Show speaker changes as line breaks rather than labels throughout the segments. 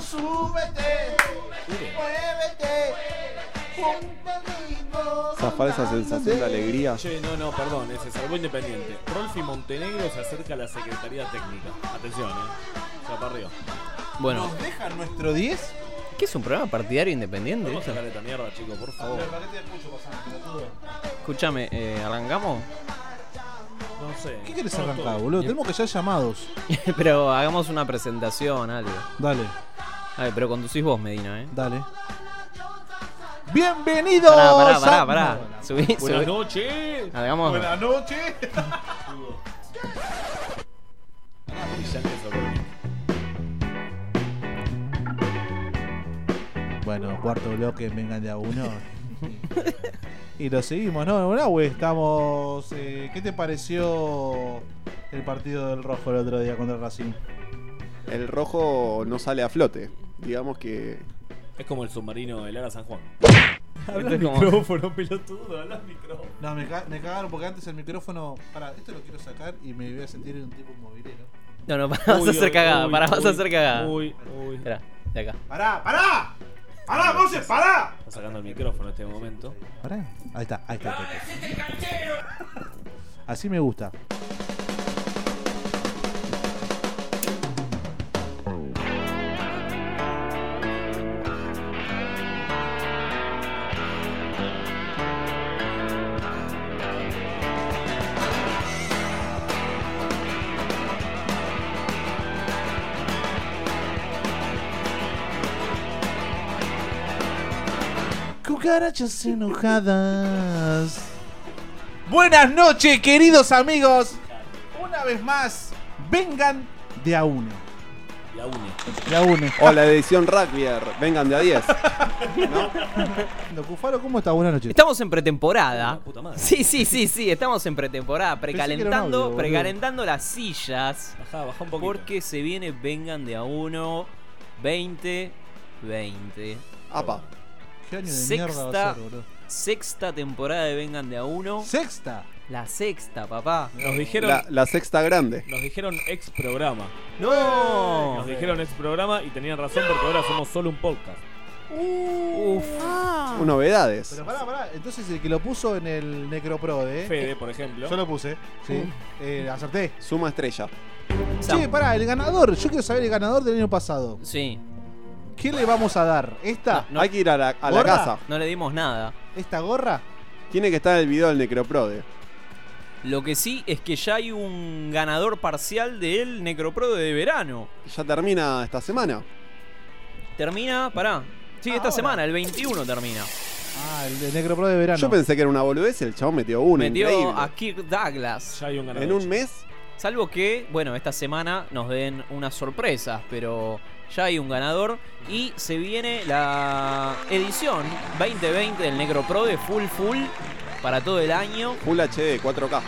Súbete, muévete, ponte ritmo.
Zafar esa sensación de alegría.
Che, no, no, perdón, ese salvó independiente. Rolfi Montenegro se acerca a la Secretaría Técnica. Atención, eh. Se aparrió.
Bueno,
¿Nos dejan nuestro 10?
¿qué es un programa partidario independiente?
Vamos a
esto?
sacar esta mierda, chicos, por favor.
Escúchame, eh, ¿arrancamos?
No sé.
¿Qué querés
Vamos
arrancar,
todos.
boludo? Tenemos que ya llamados.
pero hagamos una presentación, algo.
Dale,
A ver, pero conducís vos, Medina, ¿eh?
dale. Bienvenidos.
Pará, pará, pará,
a-
pará. Subí,
Buenas
subí.
noches.
Hagamos.
noches.
Brillante eso, boludo.
Bueno, cuarto bloque, vengan de a uno. y lo seguimos, ¿no? Bueno, güey, estamos. eh, ¿Qué te pareció el partido del Rojo el otro día contra Racing?
El rojo no sale a flote. Digamos que.
Es como el submarino de Lara San Juan.
Esto es como-
Micrófono, pelotudo, habla al micrófono.
No, me, ca- me cagaron porque antes el micrófono. Pará, esto lo quiero sacar y me voy a sentir un tipo movilero.
No, no, pará, vas a
Uy,
hacer
uy,
cagada,
uy,
pará, vas a
uy,
hacer cagada.
Uy, uy.
Espera, de acá.
Pará, pará. Pará, Monse, pará.
Está sacando el micrófono en este momento.
Pará. Ahí está, ahí está. ahí está. Así me gusta. Cucarachas enojadas. Buenas noches, queridos amigos. Una vez más, vengan de a uno.
La une.
De a uno.
O la edición Rugbyer. Vengan de a 10.
Lo Cufaro, ¿cómo está? Buenas noches.
Estamos en pretemporada.
La puta madre.
Sí, sí, sí, sí, estamos en pretemporada,
que era un
precalentando,
audio, boludo.
precalentando las sillas.
Bajá, bajá un poquito.
Porque se viene vengan de a uno 20 20.
Apa.
¿Qué año de
Sexta.
mierda va a ser, boludo?
Sexta temporada de vengan de a uno.
Sexta.
La sexta, papá.
Nos dijeron,
La, la sexta grande.
nos dijeron ex programa.
No.
Nos dijeron ex programa y tenían razón porque ahora somos solo un podcast.
Uf.
Novedades.
Pero pará, pará. Entonces el que lo puso en el Necroprode. ¿eh?
Fede, por ejemplo.
Yo lo puse. Sí. Eh, acerté.
Suma estrella.
Che, pará, el ganador. Yo quiero saber el ganador del año pasado.
Sí,
¿Qué le vamos a dar? ¿Esta?
Ah, No.
Hay que ir a la, a la
¿Gorra?
casa.
no le dimos nada.
¿Esta gorra?
Tiene que estar el video del Necroprode.
Lo que sí es que ya hay un ganador parcial del Necropro de verano.
Ya termina esta semana.
Termina, pará. Sí, esta
Ahora.
semana, el 21 termina.
Ah, el de Necro Pro de verano.
Yo pensé que era una boludez y el chabón metió una.
Metió
increíble.
a Kirk Douglas.
Ya hay un ganador.
En un mes.
Salvo que, bueno, esta semana nos den unas sorpresas, pero ya hay un ganador. Y se viene la edición 2020 del Necropro de Full Full para todo el año.
Full HD 4K.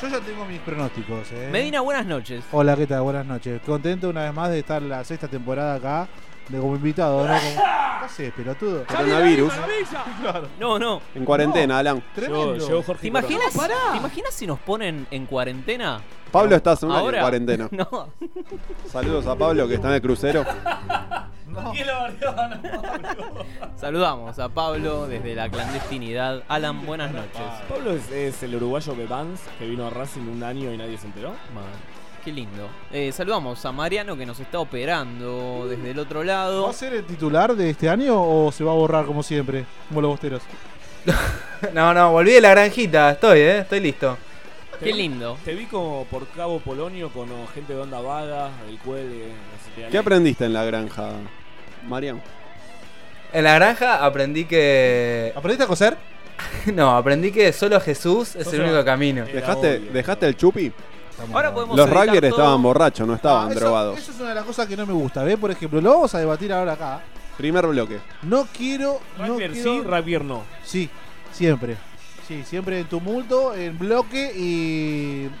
Yo ya tengo mis pronósticos. ¿eh?
Medina, buenas noches.
Hola, ¿qué tal? Buenas noches. Contento una vez más de estar la sexta temporada acá de como invitado, ¿no? Como... ¿Qué haces, pelotudo?
Coronavirus.
No, no.
En cuarentena, Alan.
Tremendo.
Llegó, llegó Jorge.
¿Te imaginas,
Pará.
¿Te imaginas si nos ponen en cuarentena?
Pablo está hace un año
Ahora.
en cuarentena.
No.
Saludos a Pablo que está en el crucero.
Saludamos a Pablo desde la clandestinidad. Alan, buenas noches.
Pablo es, es el uruguayo Bevans que vino a Racing un año y nadie se enteró.
Man, Qué lindo. Eh, saludamos a Mariano que nos está operando desde el otro lado.
¿Va a ser el titular de este año o se va a borrar como siempre? Como los bosteros.
No, no, volví de la granjita, estoy, eh, estoy listo.
Qué lindo.
Te vi como por Cabo Polonio con oh, gente de onda vaga, del cuele. así que-
¿Qué aprendiste en la granja, Marian?
En la granja aprendí que.
¿Aprendiste a coser?
No, aprendí que solo Jesús es
Sos
el
una-
único camino.
Era
¿Dejaste,
obvio.
¿Dejaste el chupi?
Ahora podemos
Los
editar
rugbyers
todo.
estaban borrachos, no estaban
Ah, eso-
drogados.
Eso es una de las cosas que no me gusta, ¿ves? Por ejemplo, lo vamos a debatir ahora acá.
Primer bloque.
No quiero. No
Rapier
quiero-
sí, Rapier no.
Sí, siempre. Sí, siempre en tumulto, en bloque y en-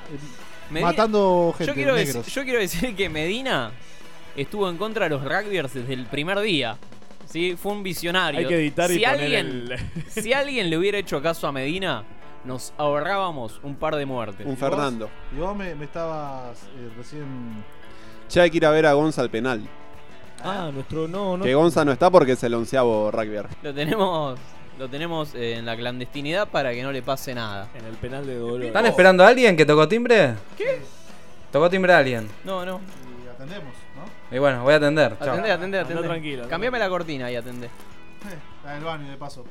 Medina-
matando gente.
Yo quiero, dec-
negros.
yo quiero decir que Medina estuvo en contra de los rugbyers desde el primer día. ¿Sí? Fue un visionario.
Hay que editar
si
y poner
alguien,
el.
si alguien le hubiera hecho caso a Medina, nos ahorrábamos un par de muertes.
Un Fernando.
Y vos me, me estabas eh, recién.
Ya hay que ir a ver a Gonza al penal.
Ah, nuestro no, no.
Que Gonza no está porque es el onceavo rugby.
Lo tenemos, lo tenemos eh, en la clandestinidad para que no le pase nada.
En el penal de Dolores. Oh,
¿Están esperando a alguien que tocó timbre? ¿Qué? Tocó timbre a alguien.
No, no.
Y atendemos, ¿no?
Y bueno, voy a atender. Chao.
Atendé, atendé,
Andá
atendé.
tranquilo, andá
Cambiame la cortina y atendé.
Eh, la del baño, de paso.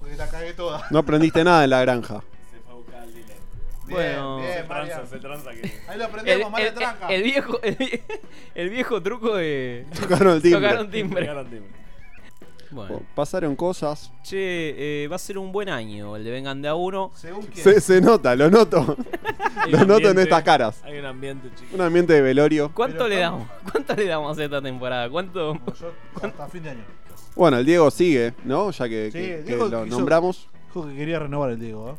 Porque la cagué toda.
No aprendiste nada en la granja.
Se fue a buscar al dealer.
Bueno,
bien,
Se
bien,
tranza,
Marian.
se tranza que.
Ahí lo
El,
aprendemos, María
el-
Tranca.
el viejo, el, vie- el viejo truco de
Tocaron el timbre.
tocar un timbre.
Pegaron timbre.
Oh,
Bueno.
Pasaron cosas.
Che, eh, va a ser un buen año el de Vengan de a uno.
Según quién.
Se, se nota, lo noto.
Hay
lo
un
noto en
ambiente-
estas caras.
Hay un ambiente, chicos.
Un ambiente de velorio.
¿Cuánto
Pero
le damos?
estamos-
¿Cuánto le damos a esta temporada? ¿Cuánto?
Como yo, hasta fin de año.
Bueno, el Diego sigue, ¿no? Ya que,
Sí,
que- que
Diego
lo
quiso-
nombramos
Dijo que quería renovar el Diego, ¿eh?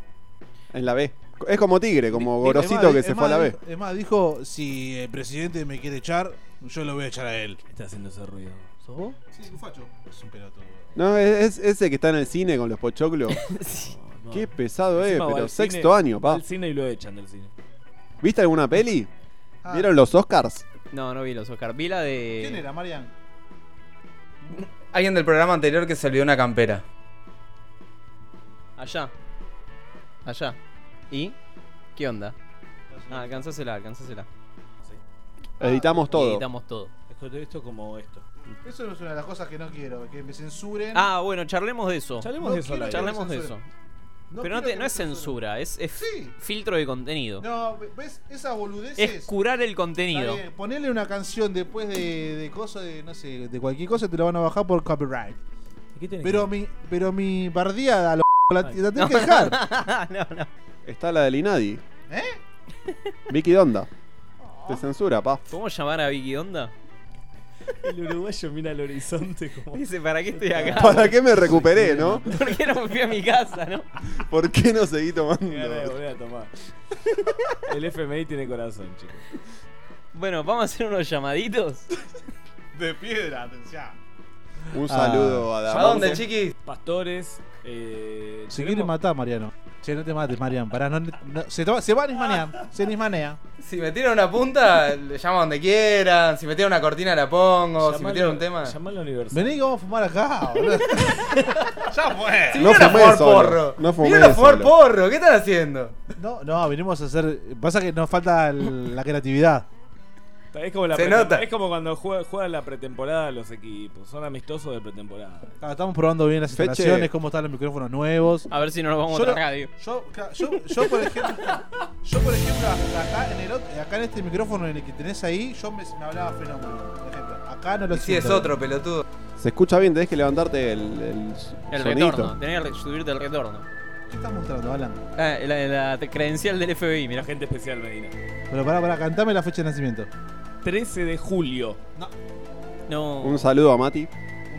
en la B. Es como Tigre, como
Es más,
Gorosito que
es
se
más,
fue a la B.
dijo- Es más, dijo, si el presidente me quiere echar, yo lo voy a echar a él.
Está haciendo ese ruido.
¿Sos vos?
Sí, un facho. Es un pelotudo.
No, es, es ese que está en el cine con los pochoclos.
Sí.
No.
Qué pesado es,
Encima va
pero
al cine-
sexto año,
va
pa.
Al cine y lo echan del cine.
¿Viste alguna peli?
Ah,
¿Vieron los Oscars?
No, no vi los Oscar. Vi la de.
¿Quién era, Marian?
Alguien del programa anterior que se olvidó una campera.
Allá. Allá. ¿Y? ¿Qué onda? Ah, alcanzásela, alcanzásela.
Editamos todo.
Editamos todo.
Esto, esto como esto.
Eso es una de las cosas que no quiero, que me censuren.
Ah, bueno, charlemos de eso.
Charlemos
No
de eso al
quiero
aire.
Charlemos de eso.
censuren.
Pero no,
quiero
te-
que
no
me
es censura, es, es
Sí.
filtro de contenido.
No, ¿ves? Esas boludeces.
es curar el
Está
contenido.
bien, Ponele una canción después de, de cosas de, no sé, de cualquier cosa te la van a bajar por copyright.
¿Y qué tiene que-
Pero mi, pero mi bardeada, lo, la, la tenés que dejar.
no, no.
Está la del Inadi.
¿Eh?
Vicky Donda. Te censura, pa.
¿Podemos llamar a Vicky Onda?
El uruguayo mira al horizonte
Oh.
como.
Dice, ¿para qué estoy acá?
¿Para qué me recuperé, no?
¿Por qué no me fui a mi casa, no?
¿Por qué no seguí
Qué ganas de
tomando?
volver a tomar. El FMI tiene corazón, chicos.
Bueno, vamos a hacer unos llamaditos.
De piedra, atención.
Un saludo a
¿A
Damaso.
dónde, chiqui?
Pastores. Eh,
Si
tenemos-
quiere matar, Mariano. Che, no te mates, Marian. Pará, no, no- se, toma- se va a nismanear. Se nismanea.
Si me tiran una punta, le llamo a donde quieran. Si me tiran una cortina, la pongo. Si me tiran un tema.
Llamá a la universidad.
Vení que vamos a fumar acá, boludo.
¡Ya fue!
Si
No
vinieron a
fumé
fumar
solo,
porro.
no fumé
Vinieron a fumar
solo.
porro. ¿Qué están haciendo?
No, no, venimos a hacer. Pasa que nos falta el- la creatividad.
Es como, la
Se
pretem-
nota.
es como cuando juega- juegan la pretemporada los equipos. Son amistosos de pretemporada.
Ah, Estamos probando bien las
Feche.
instalaciones, cómo están los micrófonos nuevos.
A ver si no nos Ah, vamos a
Yo
otra
no-
radio.
Yo, ca- yo, yo, por ejemplo, yo por ejemplo acá en el ot- acá en este micrófono en el que tenés ahí, yo me, me hablaba fenómeno, por ejemplo. Acá no lo
Y si es
siento.
otro, pelotudo.
Se escucha bien, tenés que levantarte el, el,
El
sonidito.
retorno, tenés que re- subirte el retorno.
¿Qué estás mostrando, Alan?
Ah, la, la te- credencial del FBI,
La
mira.
gente especial, Medina.
Pero pará, pará, cantame la fecha de nacimiento.
13 de julio.
Un
No.
saludo a Mati.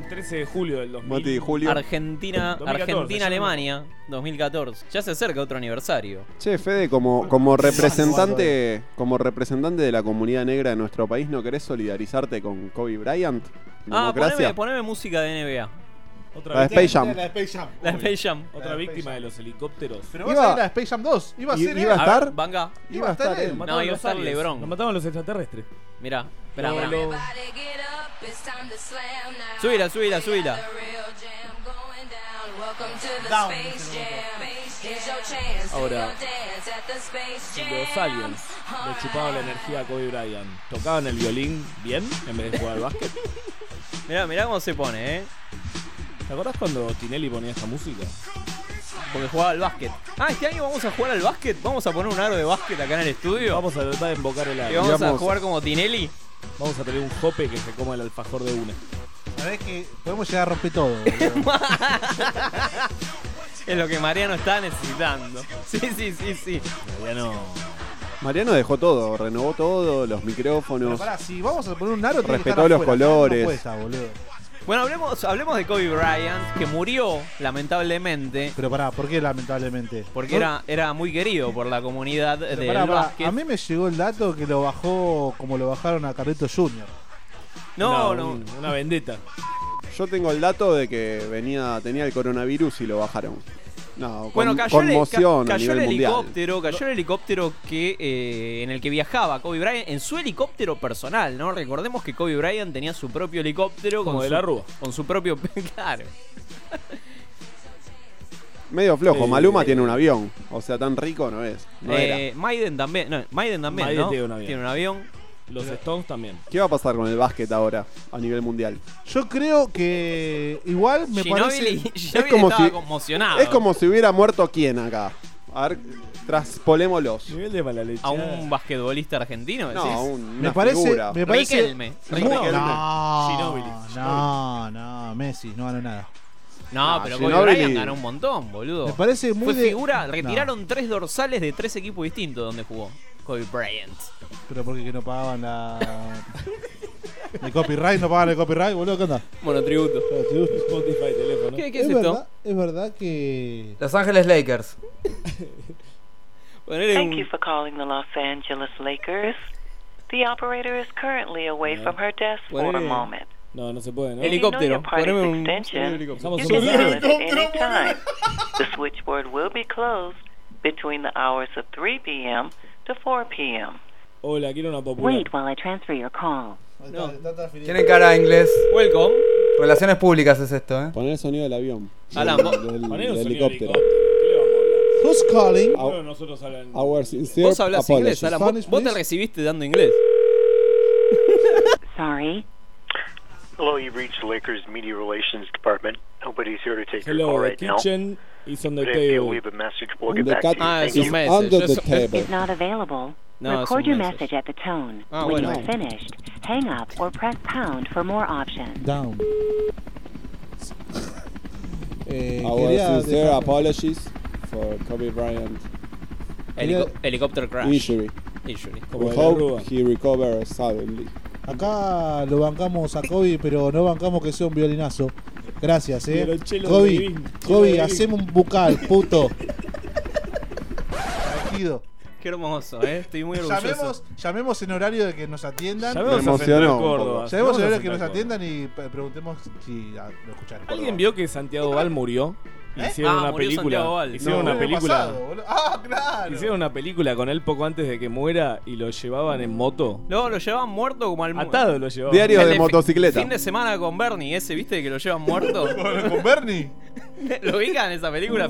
Un 13 de julio del 2000.
Mati y Julio.
Argentina,
2014,
Argentina,
ya
Alemania, 2014. Ya se acerca otro aniversario.
Che, Fede, como, como representante como representante de la comunidad negra de nuestro país, ¿no querés solidarizarte con Kobe Bryant?
Ah, poneme,
Democracia.
poneme música de NBA.
La
Otra,
de
víctima,
Space Jam.
La de Space Jam.
La Space
Ah,
Jam.
otra víctima de los helicópteros.
Pero va a
Iba-
salir la de Space Jam 2. Iba a
i-
ser él.
iba a-
A
estar?
ver, Vanga,
Iba a estar él.
Nos
No,
mataron
iba a
los
estar
aliens.
LeBron.
Nos mataron los extraterrestres.
mirá, esperá,
No,
mirá.
no.
Subila, subila, subila.
Down.
Ahora, los aliens le chupaban la energía a Kobe Bryant. Tocaban el violín bien en vez de jugar al básquet.
Mirá, mirá cómo se pone, eh.
¿Te acordás cuando Tinelli ponía esta música?
Porque jugaba al básquet. Ah, este año vamos a jugar al básquet. Vamos a poner un aro de básquet acá en el estudio.
Vamos a tratar de invocar el
y
aire.
vamos a
Digamos-
jugar como Tinelli.
Vamos a tener un jope que se coma el alfajor de una.
Sabés que podemos llegar a romper todo. boludo.
Es lo que Mariano está necesitando. Sí, sí, sí, sí.
Ya no.
Mariano dejó todo, renovó todo, los
Pero
micrófonos.
pará, si vamos a poner un aro, tiene que
Respetó
estar
los
afuera.
colores.
No puede estar, boludo.
Bueno, hablemos, hablemos de Kobe Bryant, que murió, lamentablemente,
Pero pará, ¿por qué lamentablemente?
porque
No-
era, era muy querido por la comunidad del
Pero pará, pará,
básquet.
A mí me llegó el dato que lo bajó como lo bajaron a Carlito Jr.
No,
Una-
no.
un- Una vendetta.
Yo tengo el dato de que venía tenía el coronavirus y lo bajaron. No, con,
Bueno, cayó, el-
conmoción a
ca- cayó
nivel
el
mundial.
helicóptero, cayó el helicóptero que, eh, en el que viajaba Kobe Bryant, en su helicóptero personal, ¿no? Recordemos que Kobe Bryant tenía su propio helicóptero
Como
con
de
su,
la Rúa.
Con su propio. claro.
Medio flojo.
Eh,
Maluma
eh.
tiene un avión. O sea, tan rico no es. No
Eh,
era.
Maiden también. No, Maiden también.
Maiden
¿no?
tiene un avión. Los
Pero-
Stones también.
¿Qué va a pasar con el básquet ahora a nivel mundial?
Yo creo que igual me
Ginobili,
parece.
Ginobili
es como
estaba
si-
conmocionado.
Es como si hubiera muerto quién acá. A ver, traspolémoslos.
Nivel de mala leche.
A un basquetbolista argentino, decís.
No, un- una
Me parece.
figura.
Me parece
Riquelme.
muy-
Riquelme.
No,
Ginóbili.
no, no, Messi no ganó nada.
No,
No,
pero Kobe
Ginóbili-
Bryant ganó un montón, boludo.
Me parece muy
Oh. Fue
de-
figura.
no.
Retiraron tres dorsales de tres equipos distintos donde jugó Kobe Bryant.
Pero porque que no pagaban la. el copyright, no pagaban el copyright, boludo, ¿qué onda?
Monotributo.
Spotify, teléfono.
¿Qué, qué es,
es,
esto?
verdad, es verdad que.
Los Ángeles Lakers.
Ponerle
Thank
un-
you for calling the Los Angeles Lakers. The operator is currently away
Yeah.
from her desk for a
Ponele-
moment.
No, no se puede, ¿no?
If you know
Helicóptero.
your party's
Poneme un-
extension, you
Estamos
can
solos.
dial it at any time. The switchboard will be closed between the hours of 3 p.m. to 4 p.m.
Hola, quiero una popular.
while I transfer your call.
No.
Tienen cara inglés.
Welcome.
Relaciones públicas es esto, ¿eh?
Poner el sonido del avión.
Alan,
Del-
vos-
del,
Poner un
del
sonido
helicóptero. Ah,
¿Qué le vamos
Who's calling?
a hablar? Bueno, nosotros hablan.
Our sincere
Vos hablás inglés,
apologies.
Alan. Vos,
Spanish,
vos te
please.
recibiste dando inglés.
Sorry.
Hello, you've reached the Lakers Media Relations Department. Nobody's here to take your call
Hello, the
right now.
kitchen is on the
But if you
table.
leave a message, we'll
And
get
the
back to
cat
you.
Ah,
Thank
es
you.
un message.
under
es-
the table.
Not available.
No,
Record
es un
your
message.
message at the tone.
Ah,
when
bueno.
you're finished, hang up or press pound for more options.
Down. Eh,
Our
quería
sincere
dejar-
apologies for Kobe Bryant
Helico- helicóptero crash.
injury.
Injury.
Como
We
de la Rúa.
hope he recovers suddenly.
Acá lo bancamos a Kobe, pero no bancamos que sea un violinazo. Gracias, eh.
Pero Chelo
Kobe,
Drivín, Chelo
Kobe,
Drivín.
haceme un bucal, puto. Elegido.
Qué hermoso, eh. Estoy muy orgulloso.
Llamemos, llamemos en horario de que nos atiendan.
Llamemos
Me
a Central
emocionó un
Córdoba.
poco.
Llamemos en
a
horario que nos
Central Córdoba.
atiendan y pe- preguntemos si ah, lo escucharon.
¿Alguien vio que Santiago Val murió?
¿Eh?
Hicieron
Ah,
una
murió Santiago
película.
Val.
Hicieron
No.
una película.
Pasado, boludo. ah, claro.
Hicieron una película con él poco antes de que muera y lo llevaban en moto.
No, lo llevaban muerto como al mu-
Atado lo llevaban.
Diario
El
de
fi-
motocicleta.
Fin de semana con Bernie, ese, viste, que lo llevan muerto.
¿Con- ¿Con Bernie?
¿Lo ubican en esa película?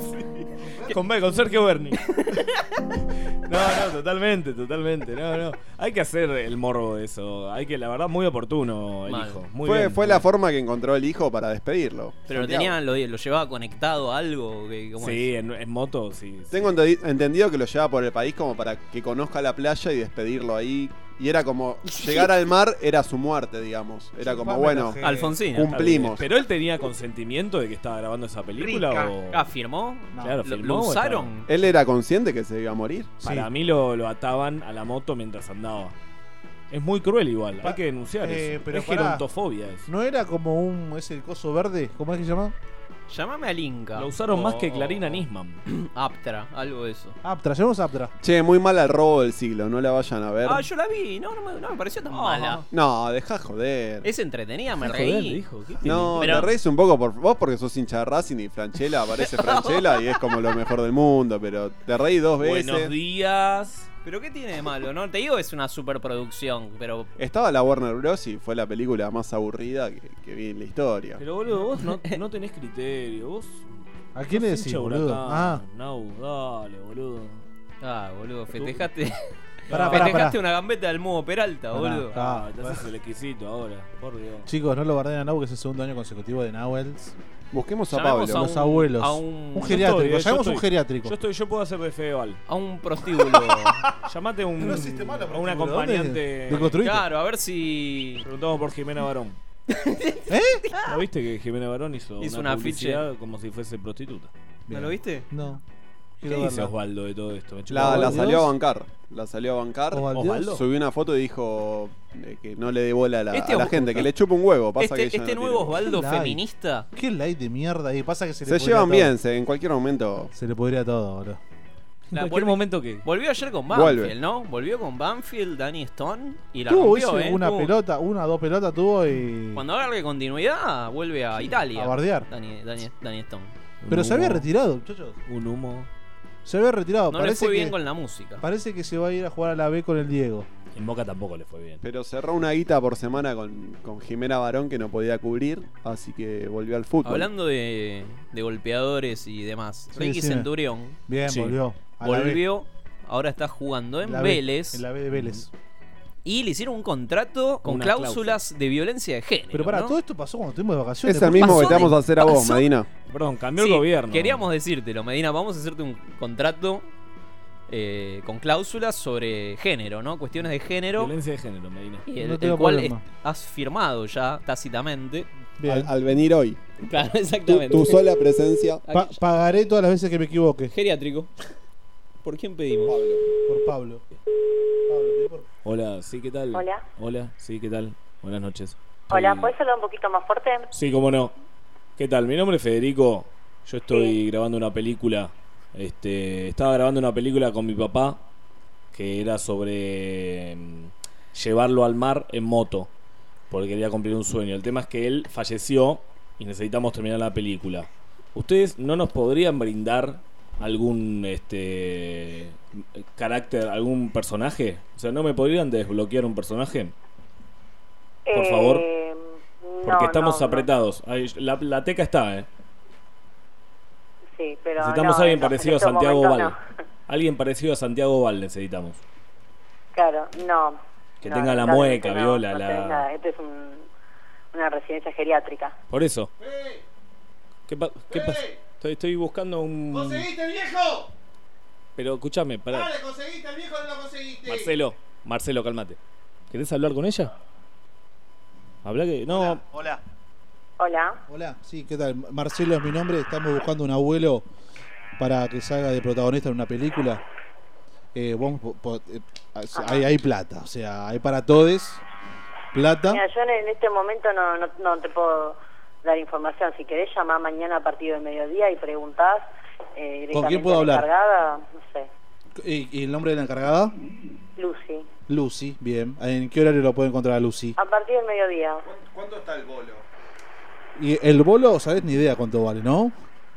Con, con Sergio Berni. No, no, totalmente, totalmente. No, no. Hay que hacer el morbo de eso. Hay que, la verdad, muy oportuno el
Mal.
hijo. Muy
Fue,
bien.
fue la forma que encontró el hijo para despedirlo.
Pero lo,
Santiago.
tenían, lo, lo llevaba conectado a algo. que- ¿cómo
Sí, en, en moto, sí. sí.
Tengo ente- entendido que lo lleva por el país como para que conozca la playa y despedirlo ahí. Y era como llegar al mar era su muerte, digamos. Era como, bueno,
es? Alfonsina.
un- cumplimos.
Pero él tenía consentimiento de que estaba grabando esa película o.
Ah, firmó.
Claro,
Lo,
firmó
lo
o
usaron.
él era consciente que se iba a morir.
Sí.
Para mí lo, lo ataban a la moto mientras andaba. Es muy cruel igual,
Pa-
hay que denunciar
eh,
eso.
pero
es
pará.
gerontofobia eso.
¿No era como un. ese coso verde? ¿Cómo es que se llama?
Llámame al Inca.
Lo usaron más que
O-
Clarina Nisman.
Aptra, algo de eso.
Aptra, llamemos a Aptra.
Che, muy mal al robo del siglo, no la vayan a ver.
Ah, yo la vi. No, no me, Oh, no me pareció tan mala.
No, dejá joder.
Es entretenida, me
Joder,
reí.
dijo. ¿qué tiene?
No,
Pero-
te reís un poco por vos porque sos hincha de Racing y Franchella, aparece Franchella y es como lo mejor del mundo, pero te reí dos
Buenos
veces.
días.
Pero ¿qué tiene de malo? No te digo es una superproducción, pero
Estaba la Warner Bros. y fue la película más aburrida que, que vi en la historia.
Pero boludo, vos no, no tenés criterio. Vos.
¿A quién le
sos
decís,
hincha de
boludo?
Huracán.
Ah,
No, dale, boludo.
ah, boludo, festejaste,
pará, pará, pará.
festejaste una gambeta del Mudo Peralta,
Pará.
boludo.
Ah,
Ah,
te haces el exquisito ahora, por Dios.
Chicos, no lo guarden a Nahu, que es el segundo año consecutivo de Nahuels.
Busquemos a
Llamemos
Pablo.
Los abuelos.
a un,
Un
a un,
geriátrico,
estoy, eh, yo
llamemos un
estoy.
geriátrico.
Yo estoy, yo puedo hacer de Fedeval.
prostíbulo.
Llamate un,
No existe malo,
a un
prostíbulo. ¿Dónde
acompañante.
deconstruiste?
claro, a ver si
Preguntamos por Jimena Barón.
¿Eh?
¿No viste que Jimena Barón hizo,
Hizo
una
un afiche.
publicidad como si fuese prostituta?
¿No lo viste?
No.
¿Qué
Quiero
dice
verla.
Osvaldo de todo esto? Me chupa
La,
un
la
huevo.
salió a bancar. La salió a bancar.
Osvaldo.
Osvaldo.
Subió una foto y dijo eh, que no le dé bola a la,
Este
a la
Osvaldo-
gente, que le chupa un huevo. Pasa
Este,
que ya
este
no
nuevo
tiene-
Osvaldo
Like.
feminista.
Qué light de mierda ahí. Pasa que se le
Se
pudría
llevan
todo.
bien, se- en cualquier momento.
Se le podría todo, boludo.
En
La
cualquier
vuelve-
momento que.
Volvió ayer con Banfield,
Vuelve.
¿no? Volvió con Banfield, Danny Stone y la
Tuvo
rompió,
ese,
¿eh?
una
Tuvo-
pelota, una dos pelotas tuvo y.
Cuando agarre continuidad, vuelve a Italia.
a bardear.
Dani, Dani, Dani Stone.
Pero
Un
se había
humo,
retirado, muchachos.
Un humo.
Se había retirado.
No le
parece,
fue bien
que,
con la música.
parece que se va a ir a jugar a la B con el Diego.
En Boca tampoco le fue bien.
Pero cerró una guita por semana con, con Jimena Barón que no podía cubrir, así que volvió al fútbol.
Hablando de, de golpeadores y demás,
Sí,
Ricky
sí.
Centurión
Bien,
Sí.
volvió. A la B.
volvió, ahora está jugando en
La B,
Vélez Mm.
En la B de Vélez.
y le hicieron un contrato con
Una
cláusulas
cláusula.
de violencia de género.
Pero para,
¿no?
todo esto pasó cuando estuvimos de vacaciones.
es el
¿por
mismo
pasó
que te vamos
de-
a hacer a vos,
pasó-
Medina.
Perdón, cambió
Sí,
el gobierno.
Queríamos decírtelo, Medina, vamos a hacerte un contrato eh, con cláusulas sobre género, ¿no? Cuestiones de género.
Violencia de género, Medina.
Y el,
No
el
tengo
cual
problema.
es- has firmado ya tácitamente.
qué?
Al,
Bien.
al venir hoy.
Claro,
Tu,
exactamente.
tu sola presencia.
Aquí-
Pa- pagaré todas las veces que me equivoque.
Geriátrico. ¿Por quién pedimos?
Por Pablo. Pablo, pedí por-
Hola, sí, ¿qué tal?
Hola.
Hola, sí, ¿qué tal? Buenas noches.
Hola,
Estoy-
¿puedes hablar un poquito más fuerte?
Sí, cómo no. ¿Qué tal? Mi nombre es Federico. Yo estoy grabando una película. Este, estaba grabando una película con mi papá que era sobre mm, llevarlo al mar en moto porque quería cumplir un sueño. El tema es que él falleció y necesitamos terminar la película. ¿Ustedes no nos podrían brindar algún este carácter, algún personaje? O sea, ¿no me podrían desbloquear un personaje? Por
Eh,
favor.
no,
Porque estamos
no, no.
apretados. Ay, La, la teca está, ¿eh?
Sí, pero
Necesitamos
no,
a alguien
no, en este
parecido a
estos
Santiago Val.
momentos
Alguien parecido a Santiago Val necesitamos.
no. Claro, no.
Que
No,
tenga la
lamentablemente
mueca,
no,
viola,
no
la-
tenés nada. Esto es un- una residencia geriátrica.
Por eso. ¿Qué, pa- qué pasa? Estoy, estoy buscando un...
¡Conseguiste el viejo!
Pero escúchame, pará.
¡Dale, conseguiste el viejo no lo conseguiste!
Marcelo, Marcelo, cálmate. ¿Querés hablar con ella? Habla que... No,
Hola.
Hola.
Hola, sí, ¿qué tal? Marcelo es mi nombre, estamos buscando un abuelo para que salga de protagonista en una película. Eh, vos po- po- eh, hay, hay plata, o sea, hay para todes plata.
Mira, yo en, en este momento no, no, no te puedo dar información. Si querés, llamar mañana a partido de mediodía y preguntás. Eh,
¿Con quién
directamente
puedo
a la
hablar?
encargada, no sé.
¿Y, y el nombre de la encargada?
Lucy.
Lucy, bien. ¿En qué horario lo puede encontrar a Lucy?
A partir del mediodía.
¿Cuánto está el bolo?
Y el bolo, sabés ni idea cuánto vale, ¿no?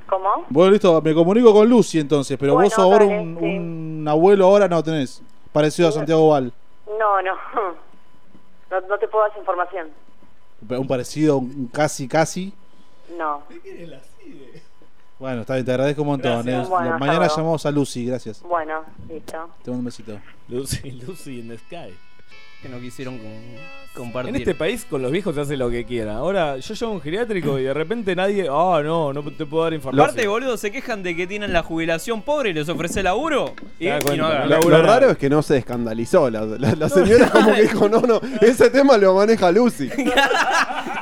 ¿Cómo?
Bueno, listo, me comunico con Lucy entonces, pero vos
Bueno,
ahora
dale,
un,
sí.
un abuelo ahora no tenés, parecido a Santiago Val.
No, no. No, no te puedo dar esa información.
Un parecido, un casi, casi.
No.
Bueno, está bien, te agradezco un montón. eh.
Bueno, hasta
Mañana
luego.
llamamos a Lucy, gracias.
Bueno, listo.
Te mando un besito.
Lucy, Lucy in the sky.
Que no quisieron con-
En
compartir.
este país con los viejos se hace lo que quiera. Ahora, yo llevo un geriátrico y de repente nadie... Ah, no, no te puedo dar información.
Aparte, boludo, se quejan de que tienen la jubilación pobre y les ofrece laburo.
Te
Y,
das
y no
cuenta,
agarran.
¿no?
Lo, lo raro es que no se escandalizó. La, la- la señora como que dijo, no, no, ese tema lo maneja Lucy.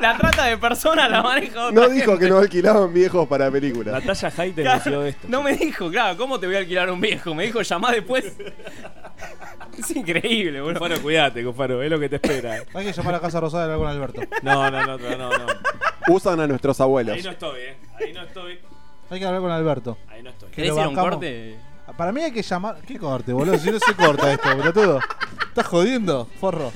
La trata de personas la maneja otra
No dijo
gente.
que no alquilaban viejos para películas.
Natalia Haidt
Claro,
anunció esto.
No me dijo, claro, ¿cómo te voy a alquilar un viejo? Me dijo, llamá después. es increíble, boludo.
Cufaro, cuídate, Cufaro, es lo que te espera.
Hay que llamar a Casa Rosada de con Alberto.
No, no, no, no, no. no.
Usan a nuestros abuelos.
estoy, eh. Ahí no estoy.
Hay que hablar con Alberto.
Ahí no estoy.
que
¿Querés
lo
ir a un
bancamos.
corte?
Para mí hay que llamar. ¿Qué corte, boludo? Si no se corta esto, pelotudo. ¿Estás jodiendo, forro?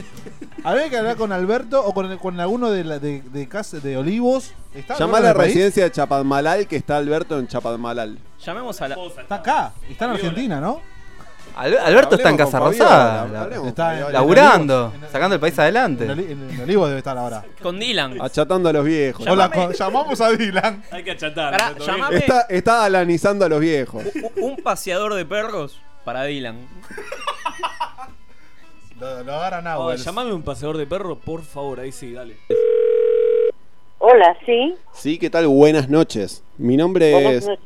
A ver, hay que hablar con Alberto o con, el- con alguno de, la- de, de, casa- de Olivos. ¿Está
Llamá a
Alberto
la
en el país?
residencia de Chapadmalal que está Alberto en Chapadmalal.
Llamemos a la.
Está acá, está en Argentina, ¿no?
Al- Alberto está en
Hablemos
Casa
con
Rosada.
Fabiola, hablemos
Está
con
en-
Fabiola.
Laburando,
en-
sacando el país
En,
adelante.
Oli- en- en Olivos debe estar ahora.
Con Dylan.
Achatando a los viejos.
Hola, con- llamamos a Dylan.
Hay que achatar.
Pará,
¿no?
llamame
Está, está alanizando a los viejos.
u- un paseador de perros para Dylan.
Lo, lo agarran
Oh,
agua.
llamame un paseador de perro, por favor, ahí sí, dale.
Hola, sí.
Sí, ¿qué tal? Buenas noches. Mi nombre es.
Buenas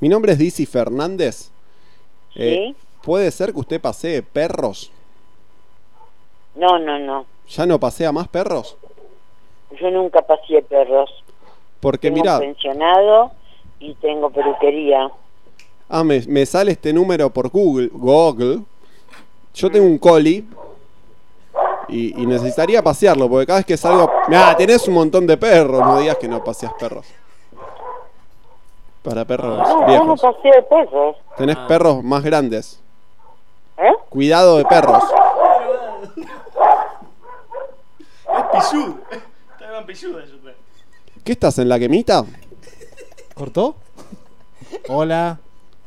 Mi nombre es Dizzy Fernández. Eh,
Sí.
¿Puede ser que usted pasee perros?
No, no, no.
¿Ya no pasea más perros?
Yo nunca pasé perros.
Porque
tengo
mirá,
pensionado y tengo peluquería.
ah, me, me sale este número por Google. Google. Yo tengo un coli. Y, y necesitaría pasearlo, porque cada vez que salgo. Mirá, tenés un montón de perros. No digas que no paseas perros. Para perros
No, yo no
viejos.
Ah, paseo perros.
Tenés
Ah.
perros más grandes.
¿Eh?
Cuidado de perros.
Esteban Pilluda, yo creo.
¿Qué estás en la quemita?
¿Cortó? Hola.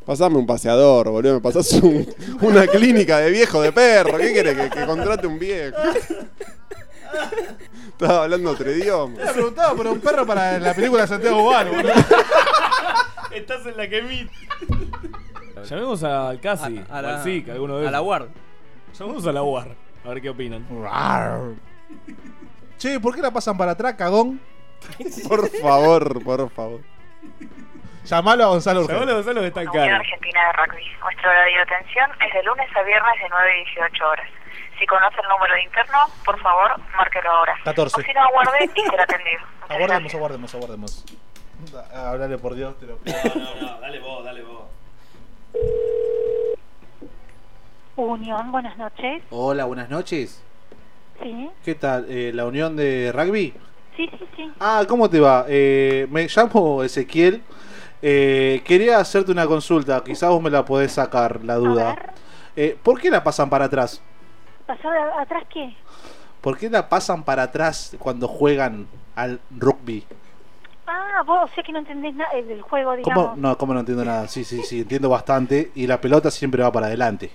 Pasame un paseador, boludo. Me pasás un- una clínica de viejo de perro. ¿Qué querés? Que, que contrate un viejo. Estaba hablando otro idioma.
Me preguntaba por un perro para la película de Santiago Val, boludo.
Estás en la que mit. Llamemos al Casi,
A- a
o
la-
al SIC, alguno de
A
ellos.
la guard.
Llamemos a la UAR, a ver qué opinan.
Rar. Che, ¿por qué la pasan para atrás, cagón?
Por favor, por favor.
Llamalo a Gonzalo Urgel.
Gonzalo Gonzalo que está en
Unión
cara.
Argentina de Rugby. Nuestro horario de atención es de lunes a viernes de 9 y 18 horas. Si conoce el número de interno, por favor, márquelo ahora.
14.
O si no, aguarde y será atendido. Muchas
Aguardemos,
gracias.
aguardemos, aguardemos. Da- Hablale por Dios, te lo pido.
Unión, buenas noches.
Hola, buenas noches.
Sí,
¿Qué tal? eh, ¿La unión de rugby?
sí, sí, sí.
Ah, ¿cómo te va? Eh, me llamo Ezequiel. Eh, quería hacerte una consulta, quizás vos me la podés sacar, la
A
duda.
ver,
Eh, ¿Por qué la pasan para atrás?
¿pasar a- atrás qué?
¿Por qué la pasan para atrás cuando juegan al rugby?
Ah, vos, o sea que no entendés nada del juego,
¿Cómo?
digamos.
No, ¿cómo no entiendo nada? Sí, sí, sí, entiendo bastante. Y la pelota siempre va para adelante.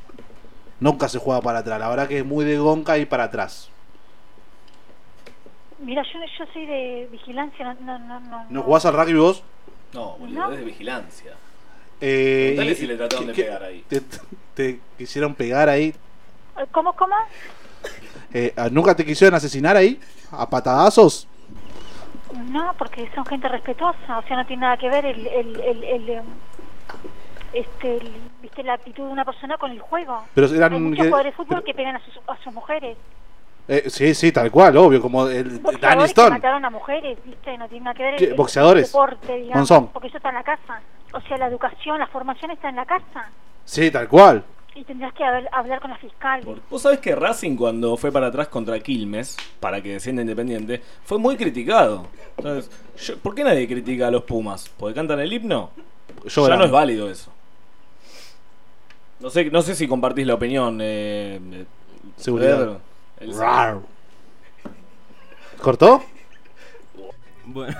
Nunca se juega para atrás. La verdad que es muy de gonca y para atrás.
Mira, yo, yo soy de vigilancia, no, no, no. no,
¿No jugás al rugby vos?
No,
No.
boludo, es de vigilancia.
Eh,
Preguntale
y-
si le trataron de
¿qué-
pegar ahí.
Te, te quisieron pegar ahí.
Eh, ¿Cómo, cómo?
Eh, ¿Nunca te quisieron asesinar ahí? ¿A patadazos?
No, porque son gente respetuosa, o sea, no tiene nada que ver el, el, el, el, em, este, el- viste, la actitud de una persona con el juego.
Pero eran-
Hay muchos
que-
jugadores de fútbol
pero-
que pegan a sus, a sus mujeres.
Eh, sí, sí, tal cual, obvio, como el
Boxeadores
Danny
que
Stone.
mataron a mujeres, ¿viste? No tiene nada que ver
¿Qué? ¿Boxeadores?
deporte, digamos,
Monzón.
porque eso está en la casa. O sea, la educación, la formación está en la casa.
Sí, tal cual.
Y tendrás que haber- hablar con la fiscal.
Por-
Vos sabés que Racing cuando fue para atrás contra Quilmes, para que descienda Independiente, fue muy criticado. Entonces, yo- ¿por qué nadie critica a los Pumas? ¿Porque cantan el himno? Ya
Lloran.
no es válido eso. No sé, no sé si compartís la opinión. Eh, eh,
Seguridad.
Pedro. El-
Rar. ¿Cortó?
Bueno,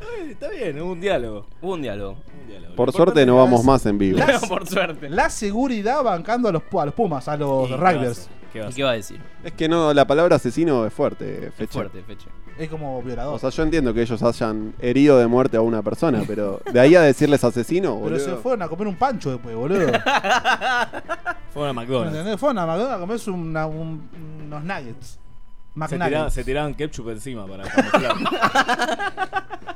Eh, Está bien, hubo un diálogo.
hubo un diálogo.
hubo un diálogo.
Por
Lo
suerte
importante
no vamos
es-
más en vivo.
La,
Por suerte.
la seguridad bancando a los, a los Pumas, a los
¿Y qué
Raiders.
va a hacer? ¿Qué va a
¿Y
hacer?
qué va a decir?
Es que no, la palabra asesino es fuerte,
Es
fecha.
fuerte, fecha.
Es como
O
violador.
sea, yo entiendo que ellos hayan herido de muerte a una persona, pero de ahí a decirles asesino,
pero
boludo.
se fueron a comer un pancho después, boludo.
Fue una McDonald's.
¿Entendés? Fueron a McDonald's a comerse una- un- unos nuggets.
Se, tira- se
McNuggets.
tiraban ketchup encima para camuflar.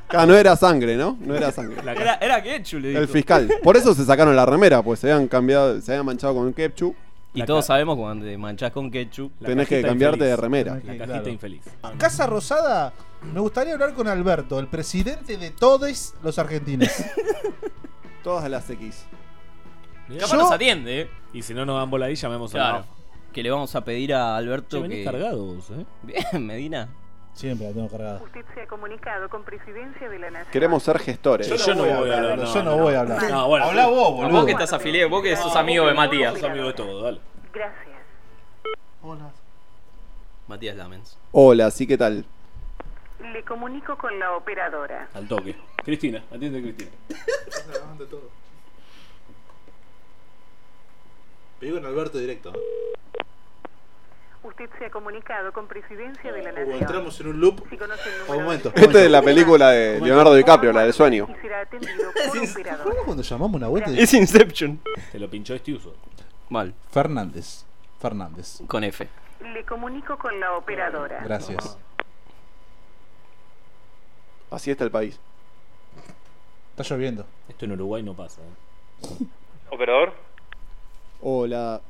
Ah, no era sangre, ¿no? No era sangre.
La
Era, era Ketchu, le dijo.
El fiscal. Por eso se sacaron la remera, pues se habían cambiado, se habían manchado con ketchup.
Y
La
todos
ca-
sabemos que cuando te manchás con ketchup.
La
Tenés que
cajita
cambiarte de
infeliz.
remera.
La cajita
Claro.
infeliz.
Casa Rosada, me gustaría hablar con Alberto, el presidente de todos los argentinos.
Todas las X.
Capaz nos atiende, eh.
Y si no nos dan bola ahí, llamemos a
Claro.
la
Que le vamos a pedir a Alberto
Che, venís
que.
cargado vos, eh.
Bien, Medina.
Siempre la tengo cargada.
Usted se ha comunicado con Presidencia de la Nación.
Queremos ser gestores.
Yo, no voy a hablar.
yo no, voy a hablar.
No, bueno,
Habla
sí.
vos,
A
boludo.
vos que estás afiliado, vos que sos amigo de Matías.
Sos amigo de todo, dale.
Gracias.
Hola.
Matías Lamens.
Hola, sí, ¿qué tal?
Le comunico con la operadora.
Al toque. Cristina, atiende a Cristina.
Pedí con Alberto directo.
Usted se ha comunicado con Presidencia de la
O
Nación.
entramos en un loop.
Si conoce el
Un
número
momento.
Este es de la película de Leonardo DiCaprio, la del sueño.
y será atendido por operador.
¿Cómo cuando llamamos una vuelta?
Es Inception.
Te lo pinchó este uso.
Mal,
Fernández. Fernández.
con F.
Le comunico con la operadora.
Gracias.
Así está el país.
Está lloviendo.
Esto en Uruguay no pasa. eh.
¿Operador?
Hola.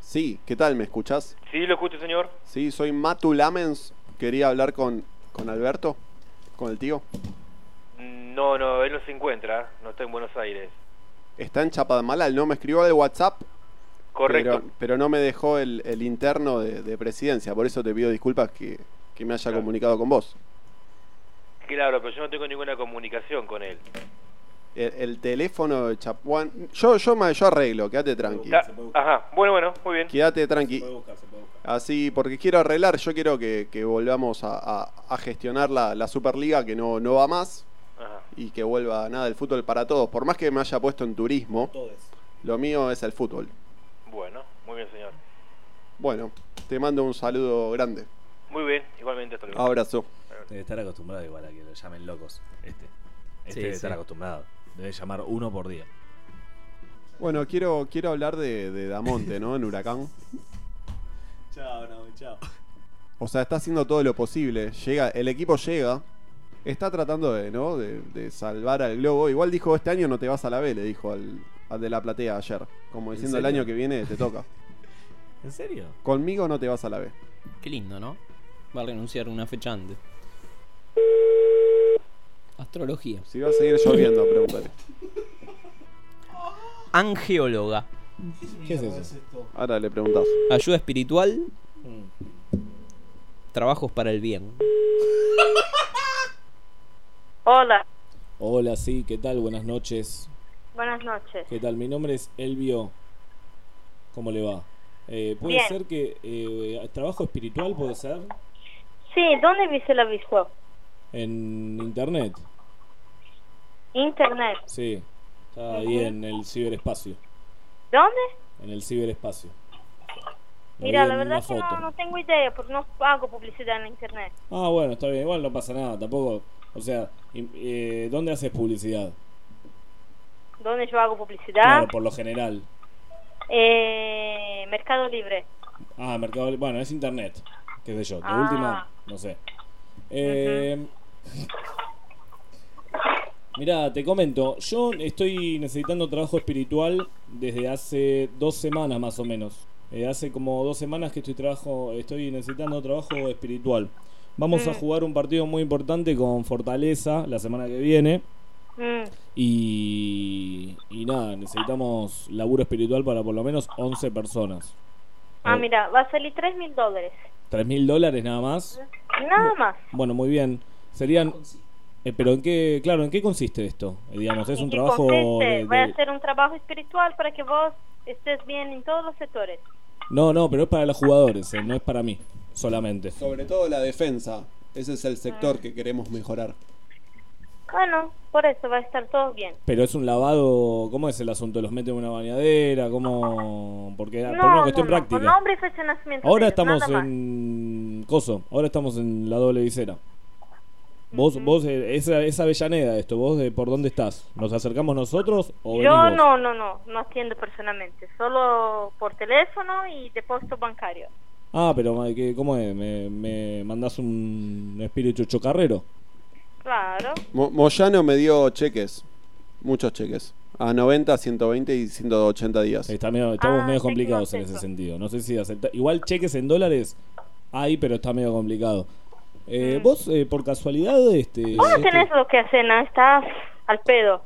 Sí, ¿qué tal? ¿Me escuchás?
Sí, lo escucho, señor.
Sí, soy Matu Lamens. Quería hablar con, con Alberto, con el tío.
Mm, No, no, él no se encuentra. No está en Buenos Aires.
Está en Chapadmalal, no me escribió el WhatsApp, Pero, pero no me dejó el, el interno de, de presidencia. Por eso te pido disculpas que, que me haya
Claro.
comunicado con vos.
Claro, pero yo no tengo ninguna comunicación con él.
El, el teléfono de Chapuán. Yo, yo, me- yo arreglo, quédate tranqui.
Ah, Ajá, bueno, bueno, muy bien.
Quédate tranqui. Así, porque quiero arreglar, yo quiero que, que volvamos a, a- a gestionar la, la Superliga que no, no va más
Ajá.
y que vuelva nada el fútbol para todos. Por más que me haya puesto en turismo, lo mío es el fútbol.
Bueno, muy bien, señor.
Bueno, te mando un saludo grande.
Muy bien, igualmente hasta luego.
Abrazo.
Debe estar acostumbrado igual a que lo llamen locos. Este. Este
Sí,
debe
sí.
estar acostumbrado. Debe llamar uno por día.
Bueno, quiero, quiero hablar de, de Damonte, ¿no? En Huracán.
Chao, no, chao.
O sea, está haciendo todo lo posible. Llega, el equipo llega. Está tratando de, ¿no? De, de salvar al globo. Igual dijo, este año no te vas a la B, le dijo al, al de la platea ayer. Como
¿En
diciendo, el
serio?
año que viene te toca.
¿En serio?
Conmigo no te vas a la B.
Qué lindo, ¿no? Va a renunciar una fecha antes. Astrología.
Si va a seguir lloviendo, pregúntale.
Angeóloga.
¿Qué es eso?
Ahora le preguntás.
Ayuda espiritual.
Mm.
Trabajos para el bien.
Hola,
Hola, sí, ¿qué tal? Buenas noches.
buenas noches.
¿Qué tal? Mi nombre es Elvio. ¿Cómo le va? Eh, ¿Puede
Bien.
ser que eh, trabajo espiritual puede ser?
Sí, ¿dónde viste el aviso?
En internet.
Internet.
Sí. Está ahí en el ciberespacio.
¿Dónde?
En el ciberespacio. Lo
Mira,
vi
la
en
verdad
una
es que no,
foto.
no tengo idea porque no hago publicidad en internet.
Ah, bueno, está bien. Igual no pasa nada, tampoco. O sea, im- eh, ¿dónde haces publicidad?
¿Ah? ¿Dónde yo hago publicidad?
Claro, por lo general.
Eh, Mercado Libre.
Ah, Mercado Libre. Bueno, es internet. Qué sé yo. De
Ah.
última, no sé. Eh, Mirá, te comento. Yo estoy necesitando trabajo espiritual desde hace dos semanas más o menos. Eh, hace como dos semanas que estoy, trabajo, estoy necesitando trabajo espiritual.
Mm.
Vamos a jugar un partido muy importante con Fortaleza la semana que viene.
Mm,
Y, y nada, necesitamos laburo espiritual para por lo menos 11 personas. Oh.
Ah, mira, va a salir tres mil dólares.
¿Tres mil dólares nada más?
Nada más.
Bueno, muy bien. Serían... eh, pero en qué, claro, ¿en qué consiste esto? Eh, Digamos, es un
Y
trabajo...
consiste,
de-
voy a
de-
hacer un trabajo espiritual para que vos estés bien en todos los sectores.
No, no, pero es para los jugadores, eh, no es para mí solamente.
Sobre todo la defensa. Ese es el sector que queremos mejorar.
Bueno, por eso va a estar todo bien.
Pero es un lavado, ¿cómo es el asunto? ¿Los meten en una bañadera? ¿Cómo? Porque
No,
por una cuestión
no, no,
práctica.
Con nombre y fecha de nacimiento.
Ahora
de ellos,
estamos
nada más.
en Coso, ahora estamos en la doble visera. Vos, vos, eh, esa, esa Avellaneda esto, vos de por dónde estás, ¿nos acercamos nosotros o
Yo
venís vos?
no, no, no, no atiendo personalmente, solo por teléfono y depósito bancario.
Ah, pero ma, ¿qué- ¿cómo es? ¿Me, me mandás un espíritu chocarrero?
Claro.
Mo- Moyano me dio cheques. Muchos cheques. A 90, 120 y 180 días.
Este.
Está medio,
Ah,
estamos medio complicados en ese sentido, no sé si acepta. Igual cheques en dólares hay, pero está medio complicado. Eh, ¿Vos, eh, por casualidad, este,
Mm. Vos no
este,
tenés lo que hacer, ¿no? Estás al pedo.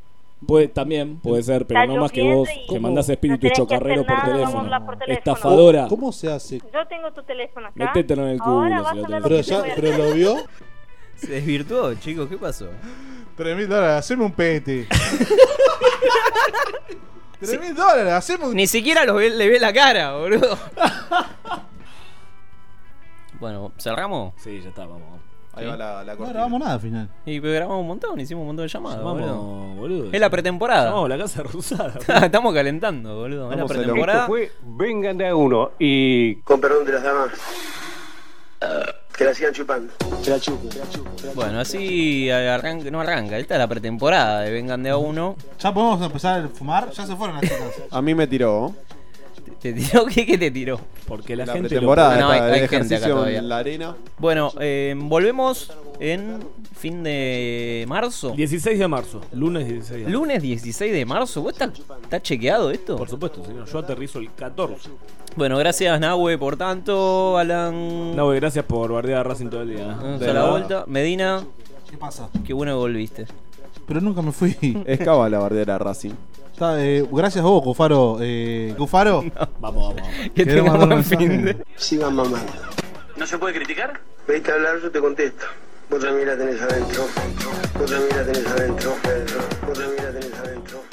puede- también puede ser, pero
Está
no más que
lloviendo
vos,
y
que mandás espíritu
tenés que hacer
chocarrero por
nada, vamos a
teléfono.
hablar por teléfono.
Estafadora.
¿Cómo se hace?
Yo tengo tu teléfono acá.
Métetelo en el culo
Ahora
si
vas
lo
a ver
tenés.
lo
Pero
que te
ya-
voy a
¿Pero
hacer.
lo vio?
Se desvirtuó, chicos, ¿qué pasó?
3 mil dólares, haceme un pete. 3 mil dólares, haceme un.
Ni siquiera los ve- le ve la cara, boludo. bueno, ¿cerramos?
Sí, ya está, vamos.
Ahí va la, la
No
cortina.
grabamos nada al final.
Y pero grabamos un montón, hicimos un montón de llamadas,
Llamamos,
boludo.
boludo.
Ah, Es la pretemporada. Ah,
Llamamos a la casa rusada.
Estamos calentando, boludo. Es la
Vamos a lo-
pretemporada.
Esto fue Vengan de a uno y. Con perdón de las damas. Que la sigan chupando. Que la chupen.
Bueno, así arranca, no arranca. Esta es la pretemporada de Vengan de a uno.
¿Ya podemos empezar a fumar? Ya se fueron las chicas.
A mí me tiró.
¿Te tiró? ¿Qué, qué te tiró?
Porque
La gente pretemporada
No, hay,
está,
hay
el
gente acá
ejercicio en
todavía.
la arena.
Bueno, eh, volvemos en fin de marzo.
16 de marzo, lunes 16 de marzo.
Lunes 16 de marzo. ¿Vos estás estás chequeado esto?
Por supuesto, señor. Yo aterrizo el 14.
Bueno, gracias Nahue por tanto, Alan.
No, güey, gracias por bardear a Racing todo el día. ¿eh?
Vamos a la vuelta. Medina,
¿Qué pasa?
qué bueno que volviste.
Pero nunca me fui.
Escaba la bardera Racing.
Está, eh, gracias a vos, Cufaro. Eh, ¿Cufaro?
Vamos, vamos.
Que Quiero tenga mandar buen un fin mensaje.
Sigan mamando. ¿No se puede criticar? Pediste hablar, yo te contesto. Vos también la tenés adentro. Vos también la tenés adentro. Vos también la tenés adentro.